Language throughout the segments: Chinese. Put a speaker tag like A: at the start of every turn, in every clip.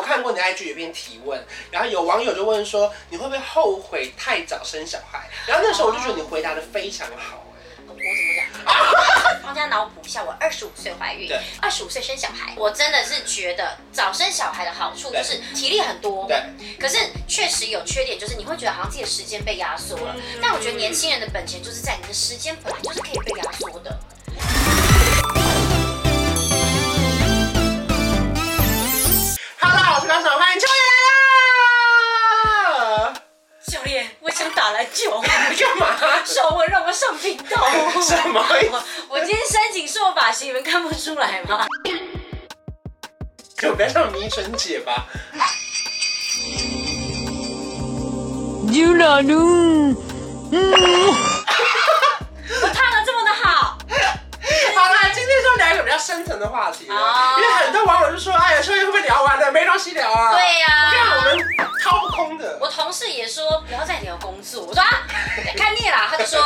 A: 看过你的 IG 有一篇提问，然后有网友就问说，你会不会后悔太早生小孩？然后那时候我就觉得你回答的非常好、欸
B: 我怎 么讲？大家脑补一下，我二十五岁怀孕
A: 对，
B: 二十五岁生小孩，我真的是觉得早生小孩的好处就是体力很多，
A: 对，
B: 可是确实有缺点，就是你会觉得好像自己的时间被压缩
A: 嗯
B: 了。但我觉得年轻人的本钱就是在你的时间本来就是可以被压缩的。
A: 哈喽，我是高手，欢迎秋叶来啦！
B: 教练，我想打篮 球，
A: 干嘛？
B: 手我让我上频道。
A: 什么意思？
B: 我今天申请做发型，你们看不出来吗？
A: 就不要像迷春姐吧。
C: You don't know.
B: 我烫的这么的好，
A: 好啦，今天就聊一个比较深层的话题了
B: 哦
A: 因为很多网友就说，哎呀，秋叶会不会聊完了？没东西聊啊。
B: 对呀、
A: 让我们掏空的。
B: 我同事也说不要再聊工作，我说啊， 看腻啦，他就说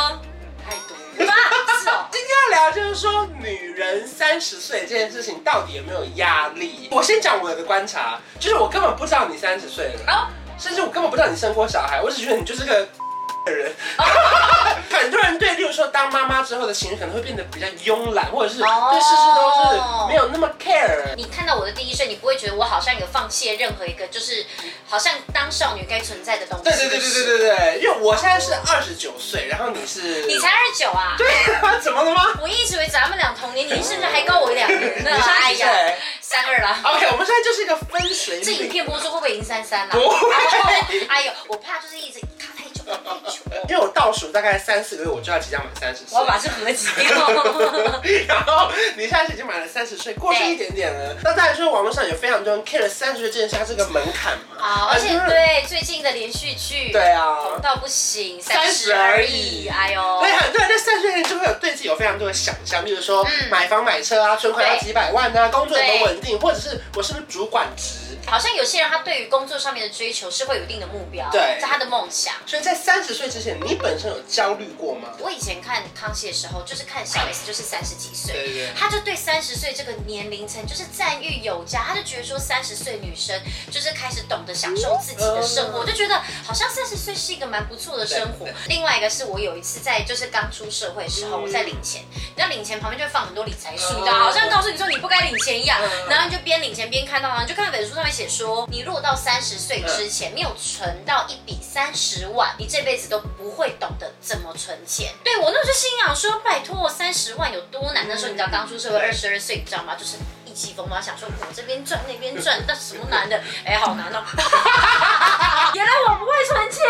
B: 太多了，我说啊，是哦，
A: 今天要聊就是说，女人三十岁这件事情到底有没有压力？我先讲我的观察，就是我根本不知道你三十岁了，
B: 哦，
A: 甚至我根本不知道你生过小孩，我只觉得你就是个的人。很多人对，例如说当妈妈之后的情绪可能会变得比较慵懒，或者是
B: 哦
A: 对事事都是没有那么 care。
B: 你看到我的第一瞬，你不会觉得我好像有放弃任何一个，就是好像当少女该存在的东西。
A: 对对对对对对对，因为我现在是二十九岁，然后你是
B: 你才二十九啊！
A: 对啊，怎么了吗？
B: 我一直以为咱们俩同年龄，甚至还高我两年呢。
A: 你现在
B: 哎
A: 几岁
B: 呀，三二啦。
A: ？OK，我们现在就是一个分水
B: 这影
A: 岭。
B: 片播出会不会赢三三啦？
A: 不会
B: 哎呦，我怕就是一直卡太久，卡太久。
A: 因为我倒数大概三四个月，我就要即将满三十岁。
B: 我要把这合集 掉。
A: 然后你现在已经满了三十岁，过去一点点了。那当然说网络上有非常多人 care 三十岁这件事，它是个门槛嘛。
B: 啊，而且
A: 很多人
B: 对最近的连续剧，
A: 哎对啊
B: 红到不行，
A: 三
B: 三
A: 十
B: 十
A: 而
B: 而
A: 已
B: 已，哎呦
A: 对，，很多人在三十岁就会有对自己有非常多的想象，比如说
B: 嗯
A: 买房买车啊，存款要
B: 对
A: 几百万啊，工作有没有
B: 对
A: 稳定，或者是我是不是主管职。
B: 好像有些人他对于工作上面的追求是会有一定的目标，
A: 对
B: 是他的梦想。
A: 所以在三十岁之前，你本身有焦虑过吗？
B: 我以前看康熙的时候，就是看 小 S，就是三十几
A: 对
B: 岁，
A: 对对
B: 他就对三十岁这个年龄层就是赞誉有加，他就觉得说三十岁女生就是开始懂得享受自己的生活，
A: 嗯
B: 我就觉得好像三十岁是一个蛮不错的生活
A: 对对。
B: 另外一个是我有一次在就是刚出社会的时候，
A: 嗯
B: 我在领钱，你知道领钱旁边就会放很多理财书，
A: 嗯
B: 你知道，好像告诉你说你不该领钱一样
A: 嗯，
B: 然后你就边领钱边看到，然后你就看到本书上面写说，你如果到三十岁之前没有存到一笔三十万，你这辈子都不会懂得怎么存钱。对我那时候就心想说，拜托，三十万有多难？那时候你知道刚出社会二十二岁，你知道吗？就是。意气风发，想说我这边赚那边赚，那什么难的？哎、好难哦、原来我不会存钱。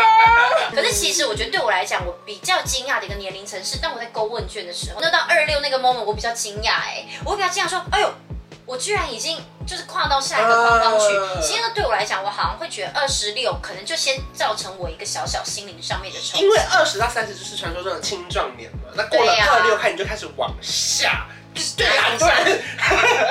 B: 可是其实我觉得对我来讲，我比较惊讶的一个年龄层是，当我在勾问卷的时候，那到二六那个 moment，我比较惊讶哎，我会比较惊讶说，哎呦，我居然已经就是跨到下一个框框
A: 啊
B: 去。其实呢，对我来讲，我好像会觉得二十六可能就先造成我一个小小心灵上面的冲击
A: 因为二十到三十就是传说中的青壮年嘛，那过了
B: 对呀
A: 二六开始就开始往下，就是对很多人。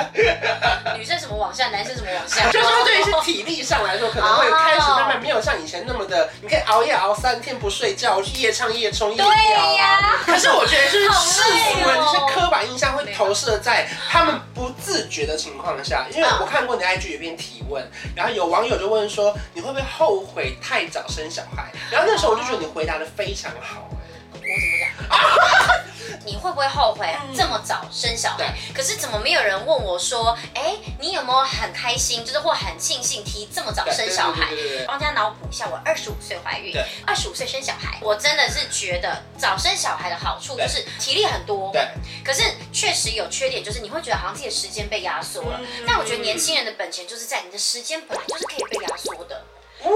B: 女生什么往下，男生什么往下，
A: 就是说，对于是体力上来说，可能会开始慢慢没有像以前那么
B: 哦
A: 的，你可以熬夜熬三天不睡觉，去夜唱夜冲夜跳啊。
B: 对呀
A: 可是我觉得，就是世俗人这
B: 好
A: 些
B: 累哦
A: 刻板印象会投射在他们不自觉的情况下。因为
B: 嗯
A: 我看过你的 IG 有一篇提问，然后有网友就问说，你会不会后悔太早生小孩？然后那时候我就觉得你回答的非常好。
B: 我怎么讲？你会不会后悔这么早生小孩？可是怎么没有人问我说，哎、你有没有很开心，就是或很庆幸提这么早生小孩
A: 哎对对对对对？
B: 帮大家脑补一下，我二十五岁怀孕
A: 对，
B: 二十五岁生小孩，我真的是觉得早生小孩的好处就是体力很多，
A: 对，
B: 可是确实有缺点，就是你会觉得好像自己的时间被压缩了。
A: 嗯
B: 但我觉得年轻人的本钱就是在你的时间本来就是可以被压缩的。
A: 嗯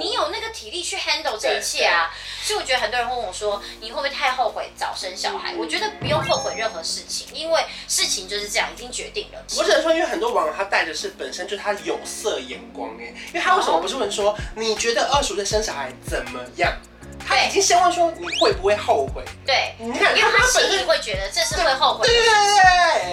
B: 你有那个体力去 handle 这一切啊。所以我觉得很多人会问我说，你会不会太后悔早生小
A: 嗯
B: 孩？我觉得不用后悔任何事情，因为事情就是这样，已经决定了。
A: 我只能说，因为很多网友他带的是本身就是他有色眼光哎，因为他为什么不是问说你觉得二十岁生小孩怎么样？他已经先问说你会不会后悔？
B: 对，
A: 你看
B: 因为他
A: 本
B: 心里
A: 身
B: 会觉得这是会后悔
A: 对对
B: 的。
A: 对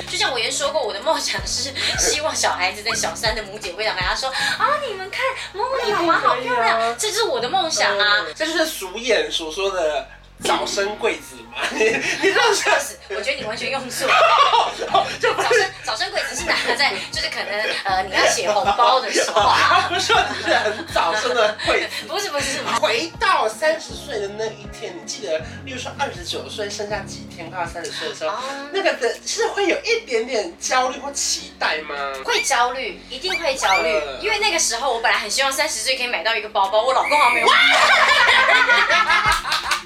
A: 对
B: 就像我原说过，我的梦想是希望小孩子在小三的母姐会上跟他说啊，你们看某某你妈妈好漂
A: 可以啊嗯
B: 亮，这是我的梦想啊。
A: 这就是俗眼所说的早生贵子吗？ 你这样想
B: 啊确实，我觉得你完全 用错。
A: 就不
B: 早
A: 是
B: 生早生贵子是拿在就是可能呃你要写红包的时候 啊，
A: 他不是说你是很早生的贵子。
B: 不是不是不是，
A: 回到三十岁的那一天，你记得，例如说二十九岁剩下几天快要三十岁的时候，
B: 哦
A: 那个的是会有一点点焦虑或期待吗？
B: 会焦虑，一定会焦虑，
A: 嗯
B: 因为那个时候我本来很希望三十岁可以买到一个包包，我老公好像没有。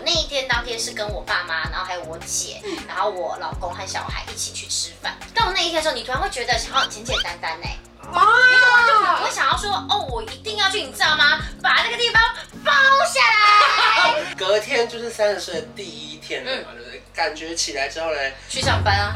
B: 那一天当天是跟我爸妈，然后还有我姐，然后我老公和小孩一起去吃饭。到那一天的时候，你突然会觉得想要简简单单哎、
A: 啊
B: 我会想要说哦，我一定要去，你知道吗？把那个地方包下 来，
A: 隔天就是三十岁的第一天了嘛，对不对？感觉起来之后呢，
B: 去上班啊。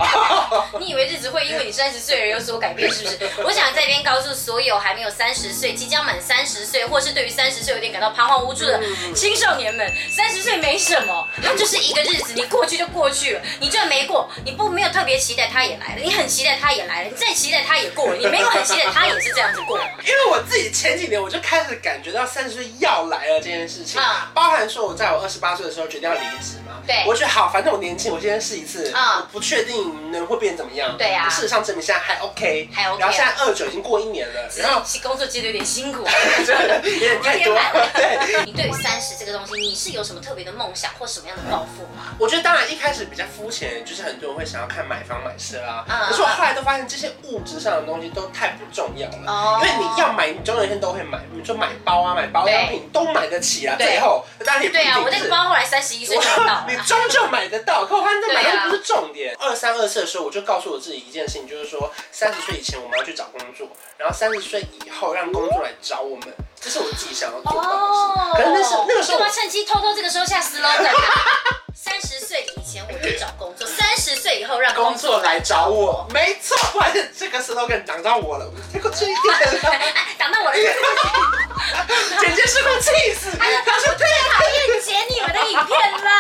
B: 你以为日子会因为你三十岁而有所改变，是不是？我想在这边告诉所有还没有三十岁、即将满三十岁，或是对于三十岁有点感到彷徨无助的青少年们，三十岁没什么，它就是一个日子，你过去就过去了，你就没过，你不没有特别期待它也来了，你很期待它也来了，你再期待它也过了，你没有很期待它也是这样子过。
A: 因为我自己前几年我就开始感觉到三十岁要来了这件事情，
B: 啊
A: 包含说我在我二十八岁的时候决定要离职嘛，
B: 对
A: 我觉得好，反正我年轻，我先试一次，
B: 啊
A: 我不确定能会变怎么样，
B: 对啊
A: 事实上证明现在还 OK，
B: 还 OK 啊
A: 然后现在二九已经过一年了，
B: 只
A: 然后
B: 是工作接的有点辛苦、啊。
A: 真的有点太多，对。
B: 你对于三十这个东西，你是有什么特别的梦想或什么样的抱负吗？
A: 我觉得当然一开始比较肤浅，就是很多人会想要看买房买车啊
B: 嗯。
A: 可是我后来都发现这些物质上的东西都太不重要
B: 哦
A: 了，因为你要买，你总有一天都会买，你说买包啊、买保养品都买得起啊。
B: 对
A: 最后，当然也不一
B: 对啊，我那
A: 定
B: 个
A: 是。
B: 包后来三十一岁就到了
A: 我 你。终究买得到，可我发现这买
B: 啊对啊
A: 的不是重点。二三二四的时候，我就告诉我自己一件事情，就是说三十岁以前我们要去找工作，然后三十岁以后让工作来找我们，这是我自己想要做到的
B: 哦
A: 事。，可是那是那个时候
B: 干嘛趁机偷偷这个时候下 slogan 啊？ 三十岁以前我去找工作，三十岁以后让
A: 工
B: 工
A: 作
B: 作
A: 来
B: 来
A: 找
B: 找我。
A: 我，没错，不然这个 slogan 挡到我了，太过这一点了，
B: 哎，挡到我了！
A: 简直是个气死！
B: 哎呀，
A: 他说对
B: 我最
A: 啊。
B: 讨厌剪你们的影片了。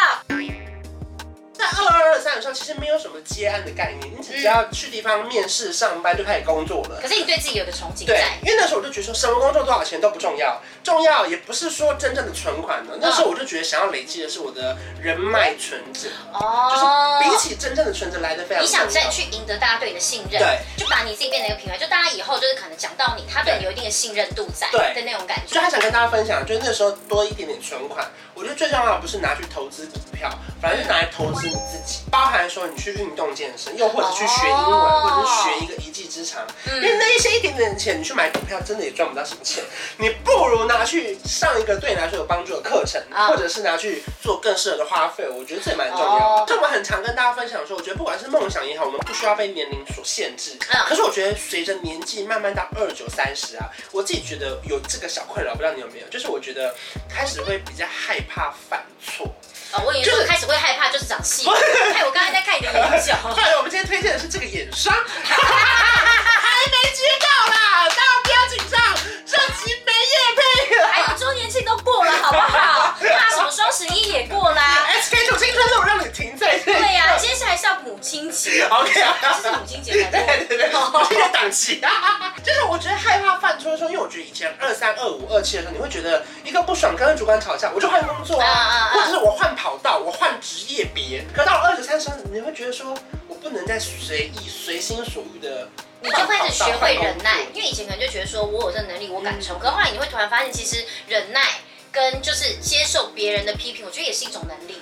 A: 在二二二三的时候，其实没有什么接案的概念，你只要去地方面试、上班就开始工作了
B: 可。是你对自己有个憧憬
A: 对
B: 在，，
A: 因为那时候我就觉得说什么工作多少钱都不重要，重要也不是说真正的存款呢。那时候我就觉得想要累积的是我的人脉存折，
B: 哦
A: 就是比起真正的存折来的非常
B: 你
A: 重要。
B: 想再去赢得大家对你的信任，
A: 对，
B: 就把你自己变成一个品牌，就大家以后就是可能讲到你，他对你
A: 对
B: 有一定的信任度在
A: 对
B: 的那种感
A: 所
B: 觉
A: 以。他想跟大家分享，就是那时候多一点点存款，我觉得最重要的不是拿去投资股票，反而是拿来投资你自己，包含说你去运动健身，又或者去学英文，
B: 哦
A: 或者是学一个一技之长。
B: 嗯
A: 因为那一些一点点的钱，你去买股票真的也赚不到什么钱，你不如拿去上一个对你来说有帮助的课程，
B: 啊
A: 或者是拿去做更适合的花费，我觉得这也蛮重要
B: 哦
A: 的。这我们很常跟大家分享说，我觉得不管是梦想也好，我们不需要被年龄所限制。
B: 嗯
A: 可是我觉得随着年纪慢慢到二九三十啊，我自己觉得有这个小困扰，不知道你有没有？就是我觉得开始会比较害怕犯错。
B: 哦，我跟你
A: 就
B: 说，
A: 是
B: 开始会害怕，就是长细。 害我刚才在看你的眼角。
A: 对，我们今天推荐的是这个眼霜，还没接到啦，大家不要紧张，这集没夜配了。
B: 哎，周年庆都过了，好不好？那什么双十一也过啦。
A: SK 九青春路让你停在这里。
B: 对呀、接下来是要母亲节，
A: OK 啊，
B: 这是母亲节才
A: 对对对，我
B: 过。
A: 现在档期，啊就是我觉得害怕犯错的时候，因为我觉得以前二三、二五、二七的时候，你会觉得一个不爽跟主管吵架，我就换工作啊，
B: 嗯嗯嗯
A: 或者是我换跑道，我换职业别。可到了二十三十，你会觉得说我不能再随意、随心所欲的，
B: 你就开始学会忍耐，因为以前可能就觉得说我有这能力，我敢冲。可后来你会突然发现，其实忍耐跟就是接受别人的批评，我觉得也是一种能 力。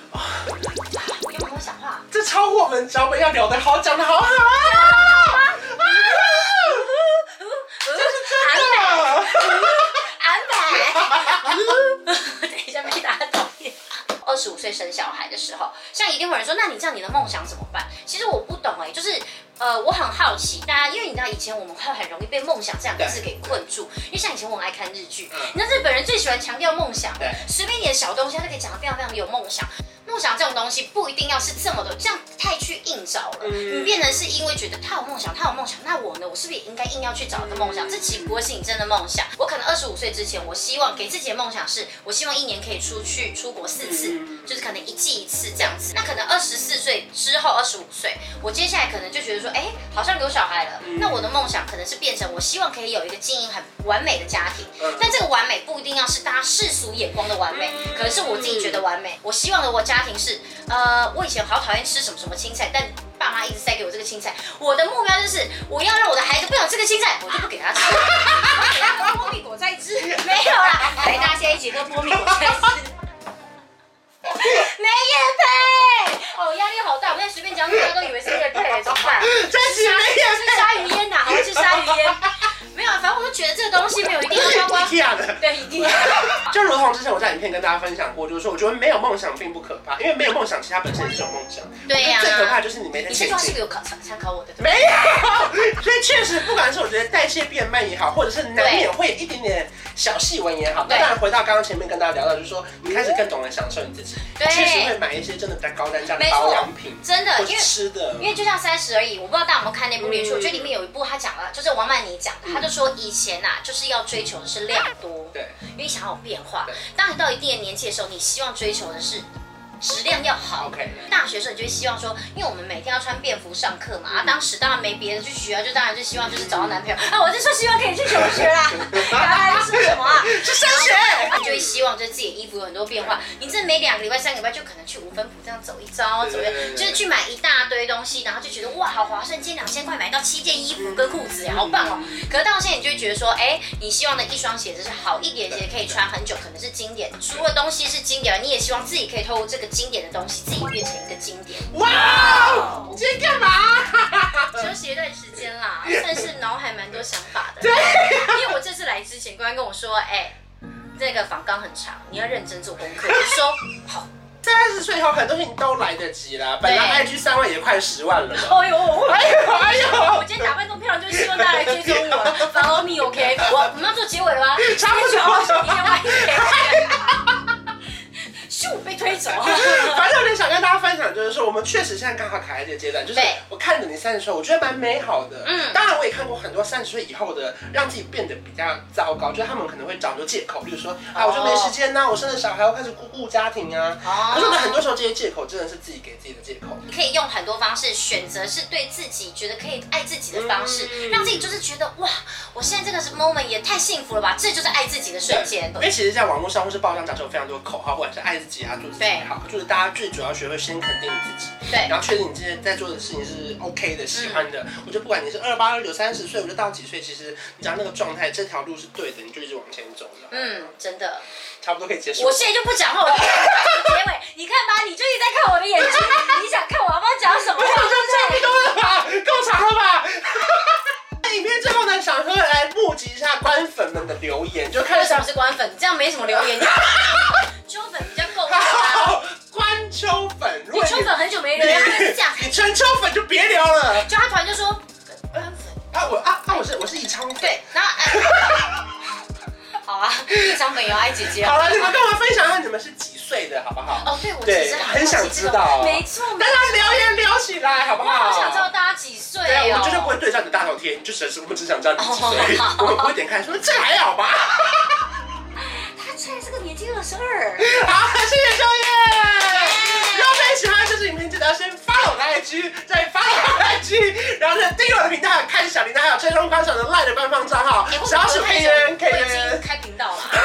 B: 你有没有讲话？
A: 这超过我们脚本要聊的好，讲的好好啊！
B: 呃安
A: 啊
B: 排，安排。等一下没打到你。二十五岁生小孩的时候，像一定会有人说，那你这样你的梦想怎么办？其实我不懂哎、就是呃，我很好奇，大家因为你知道以前我们会很容易被梦想这两个字给困住，因为像以前我很爱看日剧，
A: 嗯
B: 你知道日本人最喜欢强调梦想
A: 对，
B: 随便一点小东西他就可以讲得非常非常有梦想。梦想这种东西不一定要是这么的，这样太去硬找了。
A: 嗯
B: 你变成是因为觉得他有梦想，他有梦想，那我呢？我是不是也应该硬要去找一个梦想？这其实不会是你真的梦想。我可能二十五岁之前，我希望给自己的梦想是，我希望一年可以出去出国四次，
A: 嗯
B: 就是可能一季一次这样子。那可能二十四岁之后，二十五岁，我接下来可能就觉得说，哎、好像有小孩了。
A: 嗯
B: 那我的梦想可能是变成我希望可以有一个经营很完美的家庭。
A: 嗯
B: 但这个完美不一定要是大家世俗眼光的完美，可能是我自己觉得完美。我希望的我家庭是，呃，我以前好讨厌吃什么什么青菜，但爸妈一直塞给我这个青菜。我的目标就是，我要让我的孩子不想吃这个青菜，我就不给他吃， 我给他剥蜜果再吃。没有啦，来大家现在一起喝剥蜜果再吃。 没叶配，哦，压力好大。我现在随便讲，大家都以为是叶配，怎么办？
A: 这是
B: 吃鲨鱼烟哪？还会吃鲨鱼烟？没有，反正我就觉得这个东西没有一定 要包括。
A: IKEA 的。
B: 对，一定要。
A: 就如同之前我在影片跟大家分享过，就是说我觉得没有梦想并不可怕，因为没有梦想，其实它本身也是有梦想。
B: 对呀、
A: 最可怕就是你没在
B: 你这
A: 前
B: 句话是
A: 进
B: 不。是有考参参考我的？对不对
A: 没有，所以确实，不管是我觉得代谢变慢也好，或者是难免会有一点点小细纹也好，那
B: 对
A: 当然回到刚刚前面跟大家聊到，就是说你开始更懂得享受你自己，
B: 对
A: 确实会买一些真的比较高单价的
B: 没错
A: 保养品
B: 真的，
A: 或
B: 因
A: 是
B: 为
A: 吃的
B: 因。为就像三十而已，我不知道大家有没有看那部连续，
A: 嗯
B: 我觉得里面有一部他讲了，就是王曼妮讲的，他就说以前呐、就是要追求的是量多，
A: 对，
B: 因为想要有变化
A: 对。
B: 当你到一定的年纪的时候，你希望追求的是质量要好。
A: OK
B: 大学生你就会希望说，因为我们每天要穿便服上课嘛，啊，当时当然没别的去学校，就当然就希望就是找到男朋友啊，我就说希望可以去求学 啦，啊，是什么啊？
A: 是升学。
B: 他就会希望就是自己的衣服有很多变化。你这每两个礼拜、三个礼拜就可能去五分埔这样走一遭，走
A: 对对对
B: 一
A: 对
B: 就是去买一大堆东西，然后就觉得哇好划算，今天两千块买到七件衣服跟裤子，好棒哦。可是到现在你就会觉得说，哎，你希望的一双鞋子是好一点的鞋，可以穿很久，可能是经典。除了东西是经典，你也希望自己可以透过这个经典的东西，自己变成一个经 典。
A: 哇哦，你今天干嘛？
B: 休息一段时间啦，算是脑海蛮多想法 的。对，
A: 哎
B: 因为我这次来之前，公安跟我说，哎、这个访纲很长，你要认真做功课。我就说好。
A: 三十岁以后很多事情都来得及啦，本来 IG 三万也快十万了。
B: 哎呦，我
A: 哎呦哎呦
B: 我，今天打扮这么漂亮，就是希望大家来追踪我，follow me，OK？我我们要做结尾了啊吗？
A: 差 不多
B: 一千万一千，咻被推走。
A: 反正我就想跟大家分享，就是说我们确实现在刚好卡在这个阶段，就是
B: 对
A: 我看着你三十岁，我觉得蛮美好的。
B: 嗯
A: 当然我也看过很多三十岁以后的让自己变得比较糟糕，就是他们可能会找很多借口，比如说啊，我就没时间呐、我生了小孩，我开始顾顾家庭啊。
B: 哦
A: 可是我们很多时候这些借口真的是自己给自己的借口。
B: 你可以用很多方式选择，是对自己觉得可以爱自己的方式，
A: 嗯
B: 让自己就是觉得哇，我现在这个是 moment 也太幸福了吧，这就是爱自己的瞬间。
A: 因为其实，在网络上或是报章杂志有非常多口号，不管是爱自己啊、做自己也好，就是大家最主要学会先肯定你自己，
B: 对
A: 然后确定你今天在做的事情是 OK 的、喜欢
B: 嗯
A: 的。我就不管你是二八、二九、三十岁，我就到几岁，其实你只要那个状态，这条路是对的，你就一直往前走的。
B: 嗯，真的，
A: 差不多可以结束
B: 我。现在就不讲话， 我就开始结尾。你看吧，你就一直在看我的眼睛，你想 看我要不要讲什么话，对不对？
A: 够了吧， 够长了吧？ 影片最后呢，想说来募集一下官粉们的留言，就看
B: 为
A: 一
B: 什
A: 下
B: 么是官粉？这样没什么留言，秋粉比较够力 啊。
A: 好官秋粉，如
B: 你
A: 果
B: 秋粉很久没人了，他是这样，
A: 你春秋粉就别聊了。
B: 就他突然就说官粉。
A: 啊我啊啊我是我是宜昌粉。
B: 对，然后、哎 好啊，一张没有爱姐姐。
A: 好了，你们跟我分享一下你们是几岁的，好不好？
B: 哦，对，我其
A: 对
B: 实，
A: 很
B: 好
A: 想
B: 奇这
A: 知
B: 个
A: 道。
B: 没错，没
A: 大
B: 错。
A: 家留言聊起来，好不
B: 我
A: 好？
B: 好想知道。大家几岁
A: 对啊，我们
B: 哦。
A: 就是不会对照你的大头贴，你就只是我们只想知道你几岁，
B: 哦
A: 我们不会点开说这还好 吧？
B: 他现在这个年纪二十二。
A: 好，谢谢秋叶。如果你喜欢这支影片，记得要先 follow 我的 IG，再 follow 我的 IG，然后呢订阅我的频道，开启小铃铛，还有追踪观赏的 LINE 的官方账号
B: 哎，我
A: 小鼠 K N K
B: 我已经
A: N。
B: 开频道了。